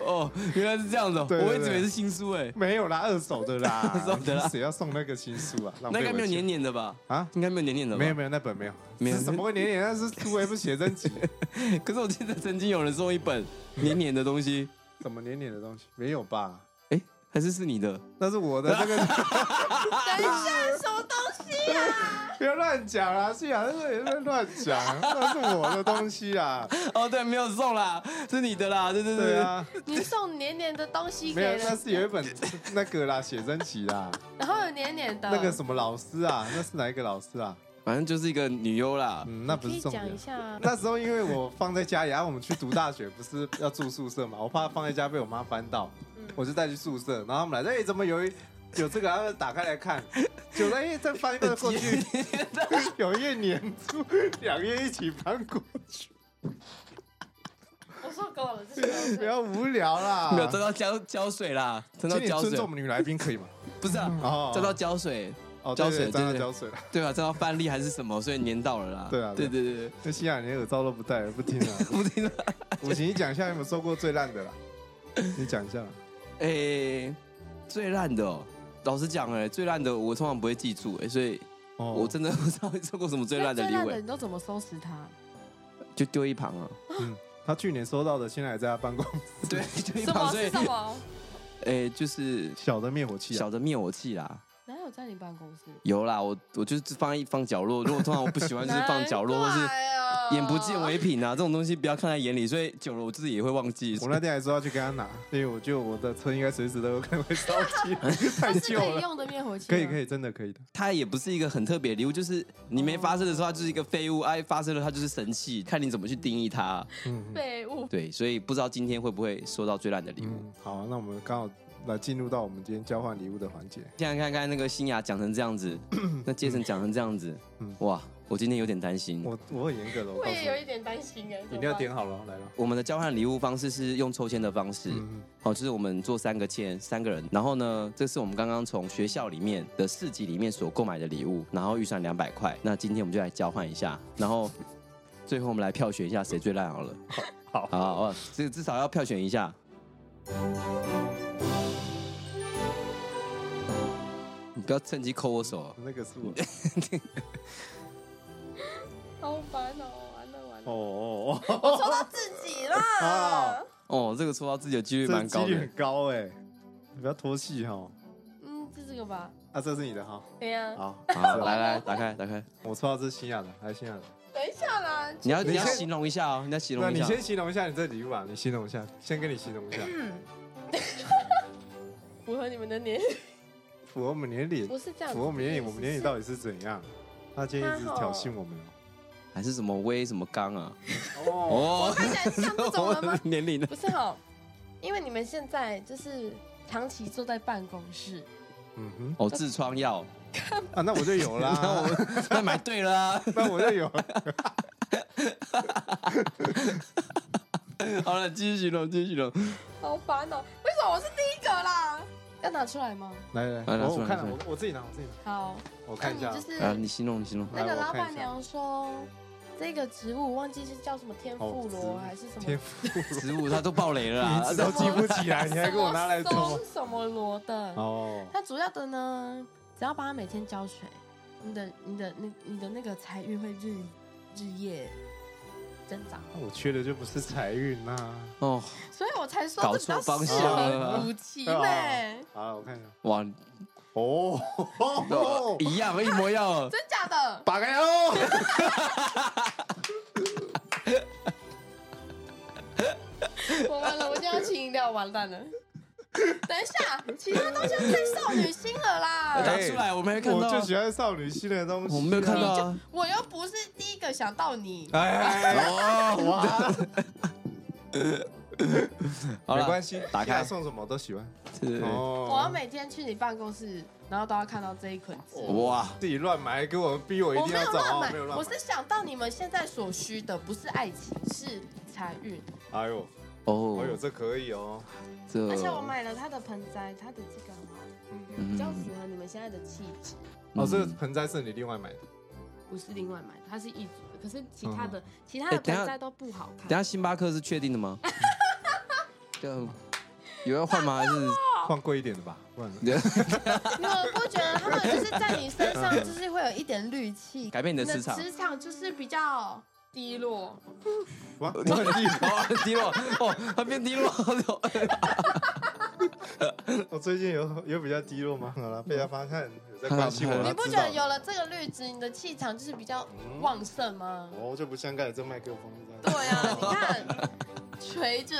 Speaker 4: 哦，原来是这样子哦，
Speaker 2: 对对
Speaker 4: 我一直以
Speaker 2: 对
Speaker 4: 为是新书哎，
Speaker 2: 没有啦，二手的啦，
Speaker 4: 二手的啦
Speaker 2: 谁要送那个新书啊？浪
Speaker 4: 那
Speaker 2: 费
Speaker 4: 应该没有
Speaker 2: 我钱
Speaker 4: 黏黏的吧？
Speaker 2: 啊？
Speaker 4: 应该没有黏黏的吧？
Speaker 2: 没有没有，那本没有，
Speaker 4: 没有
Speaker 2: 是怎么会黏黏？那是书也不是 写真集，
Speaker 4: 有。可是我记得曾经有人送一本
Speaker 2: 嗯
Speaker 4: 黏黏的东西，
Speaker 2: 怎么黏黏的东西没有吧？
Speaker 4: 哎，还是是你的？
Speaker 2: 那是我的那 个，
Speaker 3: 等一下，什么东西啊？
Speaker 2: 不要乱讲啦，是啊，乱乱讲，那是我的东西啊，
Speaker 4: 哦，对，没有送啦，是你的啦，对对
Speaker 2: 对，啊，
Speaker 3: 你送黏黏的东 西
Speaker 2: 没有
Speaker 3: 给，
Speaker 2: 那
Speaker 3: 了，
Speaker 2: 是有一本那个啦，写真集啦。
Speaker 3: 然后有黏黏的。
Speaker 2: 那个什么老师啊，那是哪一个老师啊？
Speaker 4: 反正就是一个女优啦，
Speaker 2: 嗯，那不
Speaker 3: 可
Speaker 2: 是
Speaker 3: 以
Speaker 2: 重
Speaker 3: 讲一
Speaker 2: 点。
Speaker 3: 下啊。
Speaker 2: 那时候因为我放在家里，然、啊后我们去读大学，不是要住宿舍嘛，我怕放在家被我妈翻到，我就带去宿舍，然后他们来，哎、怎么有一有这个、啊？然后打开来看，就哎、再翻一个过 去，有一页粘住，两页一起翻过去，
Speaker 3: 我受够了，这是
Speaker 2: 不要无聊啦。
Speaker 4: 没有沾到胶胶水啦，沾到
Speaker 2: 啊请你
Speaker 4: 胶
Speaker 2: 尊
Speaker 4: 水
Speaker 2: 重我，们女来宾可以吗？
Speaker 4: 不是啊，
Speaker 2: 哦
Speaker 4: 沾到胶水，
Speaker 2: 哦，
Speaker 4: 胶
Speaker 2: 对
Speaker 4: 水
Speaker 2: 对，沾到
Speaker 4: 对对
Speaker 2: 胶水了。
Speaker 4: 对吧？沾到范例还是什么，所以黏到了啦。
Speaker 2: 对啊
Speaker 4: 对
Speaker 2: 对
Speaker 4: 对对，对
Speaker 2: 那西雅连耳罩都不戴了，不听啊了。
Speaker 4: 不听了。
Speaker 2: 我请你讲一下有没有收过最烂的啦？你讲一下啦。
Speaker 4: 诶、最烂的、哦，老实讲，哎，最烂的我通常不会记住，哎，所以
Speaker 2: 哦
Speaker 4: 我真的不知道会收过什么最烂的礼物，哎
Speaker 3: 你都怎么收拾它？
Speaker 4: 就丢一旁啊。
Speaker 2: 嗯，他去年收到的，现在还在他办公室。
Speaker 4: 对， 丢一
Speaker 3: 什么
Speaker 4: 旁，所以
Speaker 3: 是什么？
Speaker 4: 诶、就是
Speaker 2: 小的灭火器啊
Speaker 4: 小，的灭火器啦，
Speaker 3: 哪有在你办公室？
Speaker 4: 有啦，我我就是放一放角落，如果通常我不喜欢就是放角落，或
Speaker 3: 难
Speaker 4: 是
Speaker 3: 怪哦
Speaker 4: 眼不见为凭啊，这种东西不要看在眼里，所以久了我自己也会忘记。
Speaker 2: 我那天还说要去跟他拿，因为我觉得我的车应该随时都有可能会烧起来，太
Speaker 3: 是
Speaker 2: 旧
Speaker 3: 可以
Speaker 2: 了。
Speaker 3: 用的灭火器吗，
Speaker 2: 可以可以，真的可以的。
Speaker 4: 它也不是一个很特别的礼物，就是你没发生的时候，它就是一个废物；哎，发生了，它就是神器，看你怎么去定义它。
Speaker 2: 嗯
Speaker 3: 废物。
Speaker 4: 对，所以不知道今天会不会收到最烂的礼物。
Speaker 2: 嗯，好啊，那我们刚好来进入到我们今天交换礼物的环节。
Speaker 4: 现在看看那个新雅讲成这 样子，那杰森讲成这样子
Speaker 2: 嗯，
Speaker 4: 哇，我今天有点担心。我
Speaker 2: 我我很严格的，我
Speaker 3: 我
Speaker 2: 告诉
Speaker 3: 也有
Speaker 2: 你，
Speaker 3: 一点担心哎，
Speaker 2: 饮料
Speaker 3: 怎么办
Speaker 2: 点好了，来了。
Speaker 4: 们的交换礼物方式是用抽签的方式，
Speaker 2: 嗯，
Speaker 4: 哦，就是我们做三个签，三个人，然后呢，这是我们刚刚从学校里面的市集里面所购买的礼物，然后预算两百块。那今天我们就来交换一下，然后最后我们来票选一下谁最烂好了。
Speaker 2: 好
Speaker 4: 好好，好这至少要票选一下。你不要趁机抠我手哦。
Speaker 2: 那个是我。
Speaker 3: 好烦哦，完了完了，
Speaker 2: 哦哦
Speaker 3: 我抽到自己啦
Speaker 2: 哦。
Speaker 4: 哦，这个抽到自己的几率
Speaker 2: 这
Speaker 4: 蛮
Speaker 2: 几
Speaker 4: 高
Speaker 2: 率
Speaker 4: 的
Speaker 2: 很。高哎，你不要拖戏哈。
Speaker 3: 嗯，是这个吧？
Speaker 2: 啊，这是你的哈。
Speaker 3: 对呀，
Speaker 2: 好，
Speaker 4: 好，来来，打开打开，
Speaker 2: 我抽到这是新雅的，来新雅的。
Speaker 3: 等一下啦，
Speaker 4: 你要你要
Speaker 2: 你先
Speaker 4: 形容一下哦，你要形
Speaker 2: 那
Speaker 4: 容一
Speaker 2: 你
Speaker 4: 下。
Speaker 2: 先形容一下你这礼物吧，你形容一下，先跟你形容一下，
Speaker 3: 符合你们的年龄。
Speaker 2: 符合我们年龄，
Speaker 3: 不是这样子的意思，
Speaker 2: 符合我们年龄，我们年龄到
Speaker 3: 底
Speaker 2: 底是怎样？他今天一直挑衅我们
Speaker 4: 还是什么威什么刚 啊？
Speaker 2: 哦，
Speaker 3: 我
Speaker 4: 哦，？
Speaker 3: 看起来像这种人吗
Speaker 4: 年龄呢？
Speaker 3: 不是哦，因为你们现在就是长期坐在办公室，
Speaker 2: 嗯哼，
Speaker 4: 哦，痔疮 药，
Speaker 2: 啊，那我就有啦，
Speaker 4: 那我那买对了啊。
Speaker 2: 那我就有了，
Speaker 4: 好了，继续形容，继续形容。
Speaker 3: 好烦哦！为什么我是第一个啦？要拿出来吗？
Speaker 2: 来来，
Speaker 4: 来拿
Speaker 2: 我
Speaker 4: 出来
Speaker 2: 我看了，
Speaker 4: 拿出来
Speaker 2: 我我自己拿，我自己拿，
Speaker 3: 好，
Speaker 2: 我
Speaker 3: 那
Speaker 2: 看一
Speaker 3: 你
Speaker 2: 下
Speaker 3: 嗯就
Speaker 2: 哦，
Speaker 3: 是
Speaker 4: 啊，你形容，你形容。
Speaker 3: 那
Speaker 2: 来
Speaker 3: 个
Speaker 2: 我
Speaker 3: 老
Speaker 2: 看一
Speaker 3: 板
Speaker 2: 下
Speaker 3: 娘说，这个植物忘记是叫什么天妇罗
Speaker 2: 哦
Speaker 3: 还是什么
Speaker 2: 天赋，
Speaker 4: 植物它都爆雷了
Speaker 2: 名
Speaker 4: 啊
Speaker 2: 字，都记不起来，你还给我拿来
Speaker 3: 什么
Speaker 2: 抽
Speaker 3: 松，什么罗的。
Speaker 2: 哦，
Speaker 3: 它主要的呢，只要把它每天浇水，你的你的那你的那个财运会日日夜增长，
Speaker 2: 那我缺的就不是财运呐，
Speaker 4: 哦，
Speaker 3: 所以我才说
Speaker 4: 搞
Speaker 3: 这比较
Speaker 4: 错方
Speaker 3: 适
Speaker 4: 向
Speaker 3: 合
Speaker 4: 了
Speaker 3: 补齐
Speaker 2: 哦
Speaker 3: 呢。
Speaker 2: 好了，我看一下，
Speaker 4: 哇，
Speaker 2: 哦，哦
Speaker 4: 一样一模一 样。
Speaker 3: 真假的？
Speaker 2: 八个哟，
Speaker 3: 我完了，我就要请饮料，完 蛋了。等一下，其他东西太少女心了啦！
Speaker 4: 拿出来，我没看
Speaker 2: 哎我
Speaker 4: 到
Speaker 2: 就
Speaker 4: 啊，
Speaker 2: 喜欢少女心的东西，
Speaker 4: 我没有看到啊。
Speaker 3: 我又不是第一个想到你，
Speaker 2: 哎，哎哎哎
Speaker 4: 哦，
Speaker 2: 哇，
Speaker 4: 好
Speaker 2: 没
Speaker 4: 了
Speaker 2: 关，系，
Speaker 4: 打
Speaker 2: 现在
Speaker 4: 开
Speaker 2: 送什么我都喜欢。
Speaker 4: 对对对
Speaker 2: 哦
Speaker 3: 我要每天去你办公室，然后都要看到这一捆字。
Speaker 4: 哇，
Speaker 2: 自己乱买，给我逼哦我一
Speaker 3: 我
Speaker 2: 定
Speaker 3: 没
Speaker 2: 要
Speaker 3: 有
Speaker 2: 找
Speaker 3: 乱
Speaker 2: 啊，
Speaker 3: 买，我是想到你们现在所需的不是爱情，是财运。
Speaker 2: 哎呦，哎呦，
Speaker 4: 哦，
Speaker 2: 这可以哦，
Speaker 4: 这，
Speaker 3: 而且我买了它的盆栽，它的这个哈
Speaker 2: 嗯，
Speaker 3: 比较
Speaker 4: 嗯，
Speaker 3: 符合你们现在的气质，
Speaker 2: 哦，这个
Speaker 4: 嗯
Speaker 2: 盆栽是你另外买的，
Speaker 3: 不是另外买的，它是一组的。可是其他
Speaker 2: 嗯
Speaker 3: 的其他
Speaker 4: 哎
Speaker 3: 的
Speaker 4: 等一下
Speaker 3: 盆栽都不好看
Speaker 4: 等一。下星巴克是确定的 吗？对啊有要换吗？还是？
Speaker 2: 换贵一点的吧，不然
Speaker 3: 你们不觉得他们就是在你身上，就是会有一点绿 气
Speaker 4: 改变你
Speaker 3: 你
Speaker 4: 的磁场？
Speaker 3: 磁场就是比较低落，
Speaker 2: 哇，我很厉害，
Speaker 4: 哦， 低落，哦，他变低落，
Speaker 2: 我最近有有比较低落吗？好了，被他发现有在关心我
Speaker 4: 啊
Speaker 2: 了，
Speaker 3: 你不
Speaker 2: 知
Speaker 3: 觉
Speaker 2: 道
Speaker 3: 得有了这个绿植，你的气场就是比较旺盛吗？
Speaker 2: 哦，就不像盖着这麦克风这
Speaker 3: 对
Speaker 2: 样，
Speaker 3: 啊，你看垂着，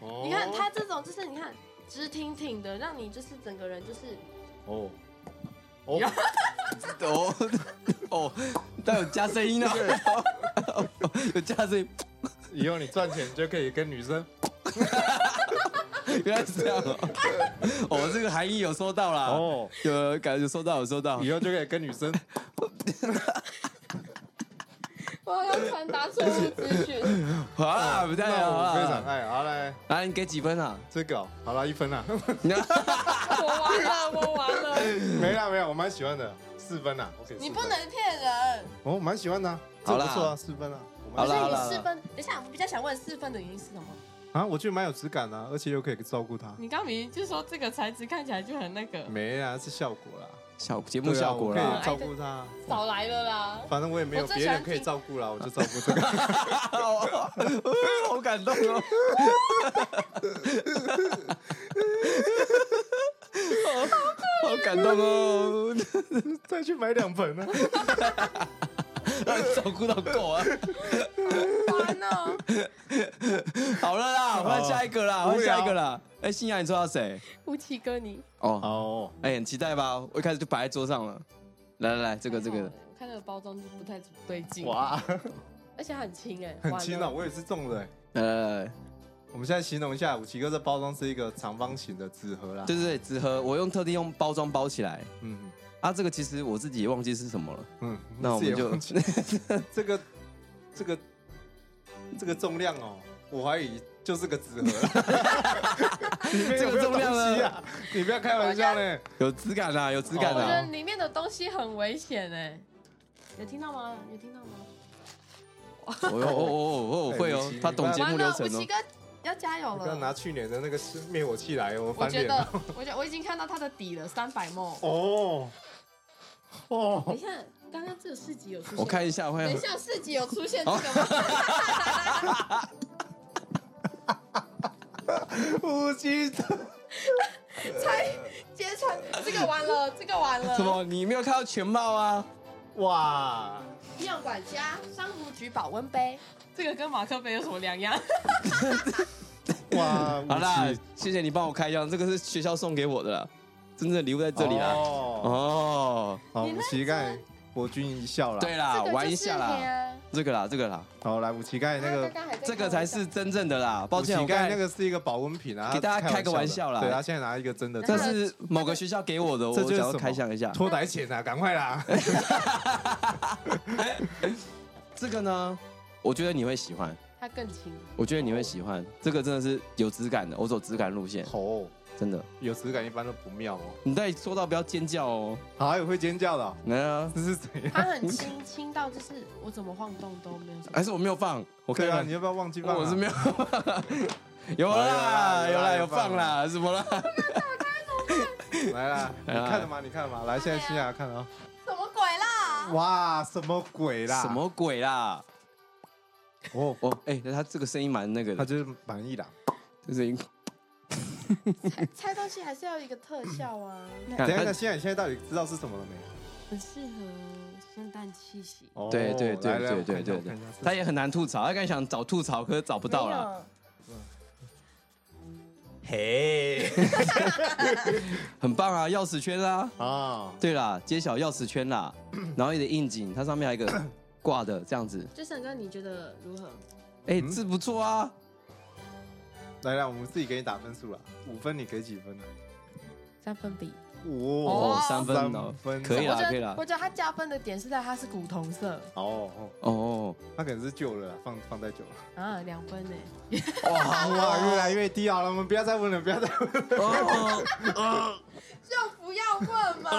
Speaker 2: 哦
Speaker 3: 你看它这种就是你看直挺挺的，让你就是整个人就是
Speaker 2: 哦，哦，
Speaker 4: 哦 哦，但有加声音啊，哦有加声音，
Speaker 2: 以后你赚钱就可以跟女生，
Speaker 4: 原来是这样哦，哦，这个含义有收到啦，
Speaker 2: 哦，
Speaker 4: 有感觉有收到，有收到
Speaker 2: 以，后就可以跟女 生，
Speaker 3: 我好像传达错误资讯。
Speaker 4: 啊，不太
Speaker 2: 那
Speaker 4: 好
Speaker 2: 我非常
Speaker 4: 啊，
Speaker 2: 爱，好来，
Speaker 4: 来，你给几 分啊？
Speaker 2: 这个哦好了，一分啦。
Speaker 3: 我完 了，我完了，
Speaker 2: 没啦没啦，我蛮喜欢的，四分啦。OK，
Speaker 3: 你
Speaker 2: 四
Speaker 3: 不
Speaker 2: 分
Speaker 3: 能骗人。
Speaker 2: 哦，我蛮喜欢的啊，这
Speaker 4: 好啦
Speaker 2: 不错啊，四分啊，我
Speaker 4: 好
Speaker 2: 蛮
Speaker 4: 啦
Speaker 3: 所以
Speaker 4: 好
Speaker 3: 你
Speaker 4: 啦好啦
Speaker 3: 四分，等一下，我比较想问四分的原因是什么？
Speaker 2: 啊，我觉得蛮有质感啊，而且又可以照顾他。
Speaker 3: 你刚明明就说这个材质看起来就很那个，
Speaker 2: 没啊，是效果啦，
Speaker 4: 效节目效果
Speaker 2: 对啊
Speaker 4: 啦
Speaker 2: 我可以，照顾他，
Speaker 3: 少来了啦。
Speaker 2: 反正我也没有
Speaker 3: 我最
Speaker 2: 别
Speaker 3: 喜欢
Speaker 2: 人可以照顾啦，我就照顾这个。啊
Speaker 4: 好感动 哦， 好感动哦，
Speaker 2: 再去买两盆啊。
Speaker 4: 让你哎照顾到够啊！
Speaker 3: 烦哦。
Speaker 4: 好了啦，换下一个啦，
Speaker 2: 哦无聊
Speaker 4: 换下一个啦。哎，新雅，你抽到谁？
Speaker 3: 乌奇哥你，
Speaker 4: 哦，
Speaker 2: 哦，
Speaker 4: 哎，很期待吧？我一开始就摆在桌上了。来来来，这个这
Speaker 3: 还好
Speaker 4: 个
Speaker 3: 欸，我看那个包装就不太对劲，
Speaker 2: 哇，
Speaker 3: 而且它很轻哎，
Speaker 2: 很 轻
Speaker 3: 完
Speaker 2: 啊，
Speaker 3: 了
Speaker 2: 我也是中的欸。
Speaker 4: 来来来，
Speaker 2: 我们现在形容一下，五奇哥这包装是一个长方形的纸盒啦。
Speaker 4: 对对对，纸盒我用特地用包装包起来。
Speaker 2: 嗯
Speaker 4: 啊，这个其实我自己也忘记是什么了。
Speaker 2: 嗯，
Speaker 4: 那我
Speaker 2: 自己
Speaker 4: 们
Speaker 2: 也
Speaker 4: 就
Speaker 2: 忘记这个这个这个重量哦，我怀疑就是个纸盒 啦。里面有没有
Speaker 4: 这个重量呢
Speaker 2: 东西啊？你不要开玩笑哦嘞！
Speaker 4: 有质感啦，有质感
Speaker 3: 我觉得
Speaker 4: 啦。
Speaker 3: 里面的东西很危险哎，有听到吗？有听到吗？
Speaker 4: 哦哦哦哦，
Speaker 2: 哎
Speaker 4: 会
Speaker 2: 吴
Speaker 4: 哦
Speaker 2: 奇，
Speaker 4: 他懂节目
Speaker 3: 完
Speaker 4: 流
Speaker 3: 了，
Speaker 4: 程
Speaker 3: 武
Speaker 4: 哦
Speaker 3: 奇。哥要加油
Speaker 2: 你不要
Speaker 3: 了
Speaker 2: 拿。去年的那个灭火器来，我
Speaker 1: 我
Speaker 2: 翻
Speaker 1: 觉
Speaker 2: 脸
Speaker 1: 得
Speaker 2: 了。，
Speaker 1: 我觉得我已经看到它的底了，三百梦。
Speaker 2: 哦
Speaker 3: 等
Speaker 2: 哦
Speaker 3: 一，下，刚刚这个市集有出现，
Speaker 4: 我看一下，哦会啊
Speaker 3: 等一
Speaker 4: 有
Speaker 3: 下市集有出现这个吗？
Speaker 2: 五级的
Speaker 3: 拆揭穿，这个完了，这个完了。
Speaker 4: 什？么？你没有看到全貌啊？
Speaker 2: 哇！
Speaker 3: 妙管家珊瑚菊保温杯，这个跟马克杯有什么两样？
Speaker 2: 哇，
Speaker 4: 好啦
Speaker 2: 武器，
Speaker 4: 谢谢你帮我开箱，这个是学校送给我的啦，真正的礼物在这里啦。
Speaker 2: 哦，
Speaker 4: 哦，
Speaker 2: 好，
Speaker 3: 你
Speaker 2: 武
Speaker 3: 认
Speaker 2: 奇盖博君一笑啦。，
Speaker 4: 对啦，
Speaker 3: 这个
Speaker 4: 玩
Speaker 3: 就
Speaker 4: 一
Speaker 3: 是啊
Speaker 4: 下啦，
Speaker 3: 呀
Speaker 4: 这个啦，这个啦，
Speaker 2: 好来，武奇盖那个
Speaker 3: 他刚刚还在
Speaker 4: 这个
Speaker 3: 开
Speaker 4: 才
Speaker 3: 玩笑
Speaker 4: 是真正的啦。抱
Speaker 2: 武
Speaker 4: 歉，
Speaker 2: 奇
Speaker 4: 我
Speaker 2: 盖
Speaker 4: 刚
Speaker 2: 那
Speaker 4: 才
Speaker 2: 个是一个保温瓶啊，
Speaker 4: 给大家
Speaker 2: 他
Speaker 4: 开个玩
Speaker 2: 的
Speaker 4: 笑啦
Speaker 2: 对他现在拿一个真的，
Speaker 4: 这
Speaker 3: 那
Speaker 4: 是某个学校给我的，我
Speaker 2: 这就是
Speaker 4: 想要
Speaker 2: 什么
Speaker 4: 开箱一下。
Speaker 2: 拖台钱啊，赶快啦！
Speaker 4: 哎 这个呢，我觉得你会喜欢，
Speaker 3: 它更轻，
Speaker 4: 我觉得你会喜欢，这个真的是有质感的，我走质感路线，
Speaker 2: 哦，
Speaker 4: 真的。
Speaker 2: 有质感一般都不妙哦。
Speaker 4: 你在说到不要尖叫哦，
Speaker 2: 好，有会尖叫的哦，
Speaker 4: 来啊，
Speaker 2: 这是怎样？
Speaker 3: 它很轻，轻到就是我怎么晃动都没有什么。
Speaker 4: 还是我没有放，我 看
Speaker 2: 对啊，
Speaker 4: 看
Speaker 2: 你，要不要忘记放啊？哦
Speaker 4: 我是没有，有啦，
Speaker 2: 有啦有
Speaker 4: 有
Speaker 2: 啦
Speaker 4: 啦，
Speaker 2: 有
Speaker 4: 有放
Speaker 2: 放
Speaker 4: 啦，什么啦？
Speaker 2: 来啦， 你
Speaker 4: 来啦
Speaker 2: 看了吗？你看了吗？来，现在新雅看啊！
Speaker 3: 什么鬼啦？
Speaker 2: 哇，什么鬼啦？
Speaker 4: 什？么鬼啦？
Speaker 2: 哦，
Speaker 4: 哦，哎、他这个声音蛮那个
Speaker 2: 他
Speaker 4: 的，
Speaker 2: 就是满意啦。
Speaker 4: 这声音，
Speaker 3: 拆拆东西还是要有一个特效啊，
Speaker 2: 等一下，
Speaker 4: 他
Speaker 2: 那新雅你现在到底知道是什么了没？
Speaker 3: 很适合圣诞气息。
Speaker 2: 哦
Speaker 4: 对对对
Speaker 2: 来来
Speaker 4: 对
Speaker 2: 我看
Speaker 4: 对
Speaker 2: 一下
Speaker 4: 对
Speaker 2: 我
Speaker 4: 对
Speaker 2: 看一下是，
Speaker 4: 他也很难吐槽，他刚才想找吐槽，可是找不
Speaker 3: 不
Speaker 4: 到啦。。
Speaker 2: 嘿
Speaker 4: 很棒啊，钥匙圈啦，
Speaker 2: 啊，
Speaker 4: 对啦，揭晓钥匙圈啦，然后有点应景，它上面还有 一个挂的这样子，
Speaker 3: 就沈哥，你觉得如何？
Speaker 4: 哎、
Speaker 2: 嗯
Speaker 4: 这不错啊，
Speaker 2: 来来，我们自己给你打分数啦，五分你给几分呢？啊
Speaker 3: 三分比。
Speaker 2: 哦
Speaker 4: 哦，三分哦
Speaker 2: 三，分
Speaker 4: 可以啦
Speaker 3: 我觉
Speaker 4: 可以啦
Speaker 3: 得，我觉得它加分的点是在它是古铜色
Speaker 2: 哦，哦
Speaker 4: 哦，
Speaker 2: 他可能是旧了啦，放放太久了。
Speaker 3: 啊，两分呢。
Speaker 2: 哇哇，越来越低好啊了，我们不要再问了，不要再 问了。
Speaker 4: 哦，
Speaker 3: 就不要问嘛。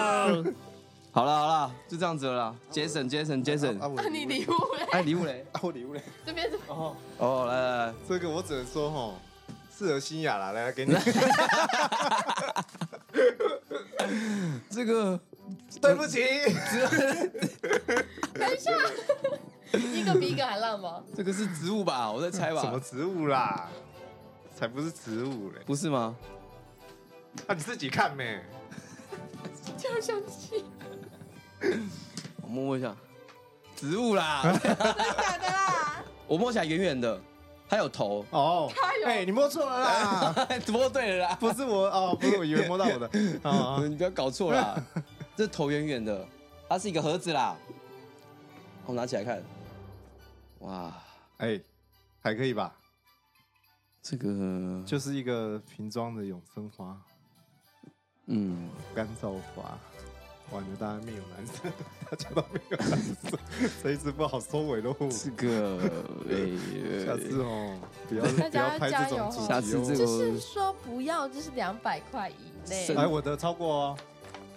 Speaker 4: 好了好了，就这样子了啦，节省节省节省，
Speaker 2: 我
Speaker 3: 那 你礼物嘞？
Speaker 4: 哎，礼物嘞，
Speaker 2: 啊啊，我礼物嘞。
Speaker 3: 这边是
Speaker 2: 哦，
Speaker 4: 哦，来来来，
Speaker 2: 这个我只能说吼，适合新雅啦，来来 给你。
Speaker 4: 这个
Speaker 2: 对不 起，
Speaker 3: 等一下，一个比一个还烂吗？
Speaker 4: 这个是植物吧？我在猜
Speaker 2: 什么
Speaker 4: 吧，
Speaker 2: 植物啦？才不是植物嘞！
Speaker 4: 不是吗？
Speaker 2: 啊，你自己看呗。
Speaker 3: 就生气，
Speaker 4: 我摸摸一下，植 物啦，
Speaker 3: 假的啦。
Speaker 4: 我摸起来圆圆的，它有 头，
Speaker 2: 哦
Speaker 3: 他，有
Speaker 2: 哎，你摸错了啦，
Speaker 4: 摸对了啦，
Speaker 2: 不是我哦，不是我以为摸到 我的啊
Speaker 4: 你不要搞错 啦，这头圆圆的，它是一个盒子啦，我拿起来看，哇，
Speaker 2: 哎，还可以吧？
Speaker 4: 这个
Speaker 2: 就是一个瓶装的永生花，
Speaker 4: 嗯，
Speaker 2: 干燥花。哇，你们大家面有难色， 大家都面有难色，这一次不好收尾喽。
Speaker 4: 这 个哎
Speaker 2: 下次哦，不要
Speaker 3: 大
Speaker 2: 不
Speaker 3: 家
Speaker 2: 要拍这种主题哦。
Speaker 4: 下次这
Speaker 3: 就是
Speaker 4: 个
Speaker 3: 说不要，就是两百块以内
Speaker 4: 是，
Speaker 2: 哎，我的超过哦，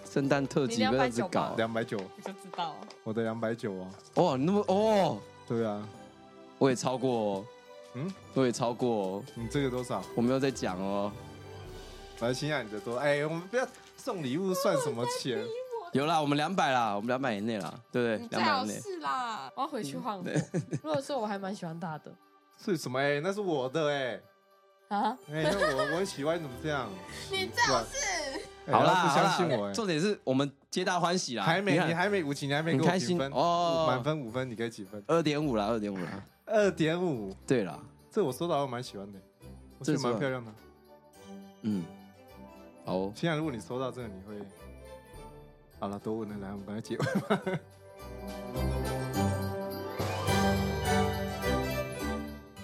Speaker 4: 圣诞特辑不要一直搞，
Speaker 2: 两百九，
Speaker 3: 我就知道。
Speaker 2: 我的两百九哦。
Speaker 4: 哦，你那么哦，
Speaker 2: 对啊，
Speaker 4: 我也超过哦，
Speaker 2: 嗯，
Speaker 4: 我也超过哦，
Speaker 2: 你这个多少？
Speaker 4: 我没有在讲哦，
Speaker 2: 来，欣雅你的多。哎，我们不要送礼物算什么钱？
Speaker 4: 有啦，我们两百啦，我们两百以内啦，对不
Speaker 3: 你
Speaker 4: 对？
Speaker 3: 最
Speaker 4: 两百
Speaker 3: 好
Speaker 4: 以内，
Speaker 3: 是啦，我要回去换我。
Speaker 4: 嗯
Speaker 3: 如果说我还蛮喜欢他的
Speaker 2: 是什么？哎，那是我的哎。
Speaker 3: 啊，
Speaker 2: 哎，那我 我很喜欢，你怎么这样？
Speaker 3: 你最
Speaker 2: 最好
Speaker 3: 是
Speaker 2: 哎
Speaker 4: 好啦，
Speaker 2: 他不相信
Speaker 4: 好
Speaker 2: 我
Speaker 4: 啦
Speaker 2: 哎，
Speaker 4: 重点是我们皆大欢喜啦。
Speaker 2: 还没
Speaker 4: 你
Speaker 2: 你
Speaker 4: 看
Speaker 2: 还没五级，你还没
Speaker 4: 很
Speaker 2: 给我
Speaker 4: 开
Speaker 2: 评
Speaker 4: 心
Speaker 2: 分
Speaker 4: 哦
Speaker 2: 满分五分，你给几分？
Speaker 4: 二点五啦，二点五啦。
Speaker 2: 二点五，
Speaker 4: 对啦，
Speaker 2: 这我收到我蛮喜欢的，我觉
Speaker 4: 这
Speaker 2: 得
Speaker 4: 是吧
Speaker 2: 蛮漂亮的。
Speaker 4: 嗯，好哦，
Speaker 2: 现在如果你收到这个，你会好了，多问了，来，我们赶快 结尾。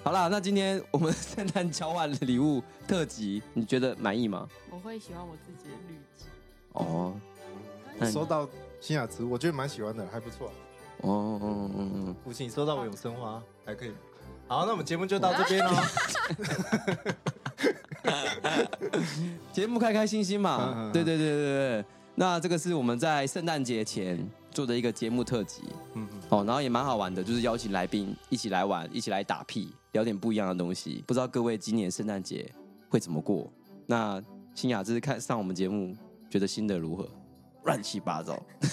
Speaker 4: 好啦，那今天我们圣诞交换礼物特辑，你觉得满意吗？
Speaker 3: 我会喜欢我自己的滤镜。
Speaker 4: 哦，
Speaker 2: 我收到新雅植物，我觉得蛮喜欢的，还不错。
Speaker 4: 哦，嗯嗯嗯，
Speaker 2: 父亲收到我永生花，嗯还可以。好，那我们节目就到这边喽。
Speaker 4: 节目开开心心嘛
Speaker 2: 嗯嗯嗯，
Speaker 4: 对对对对对。那这个是我们在圣诞节前做的一个节目特辑
Speaker 2: 嗯嗯，
Speaker 4: 哦，然后也蛮好玩的，就是邀请来宾一起来玩，一起来打屁，聊点不一样的东西。不知道各位今年圣诞节会怎么过？那新雅这是看上我们节目，觉得心得如何？乱七八糟。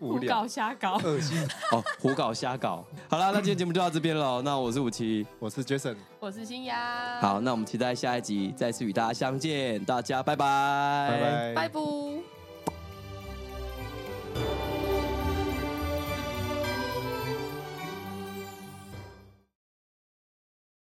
Speaker 2: 无
Speaker 3: 胡
Speaker 2: 聊
Speaker 3: 搞，瞎搞，
Speaker 2: 恶心。
Speaker 4: 哦，胡搞瞎搞。好啦，那今天节目就到这边了。哦那我是武奇，
Speaker 2: 我是 Jason，
Speaker 3: 我是新雅。
Speaker 4: 好，那我们期待下一集再次与大家相见。大家拜拜，
Speaker 2: 拜拜。
Speaker 3: 拜拜。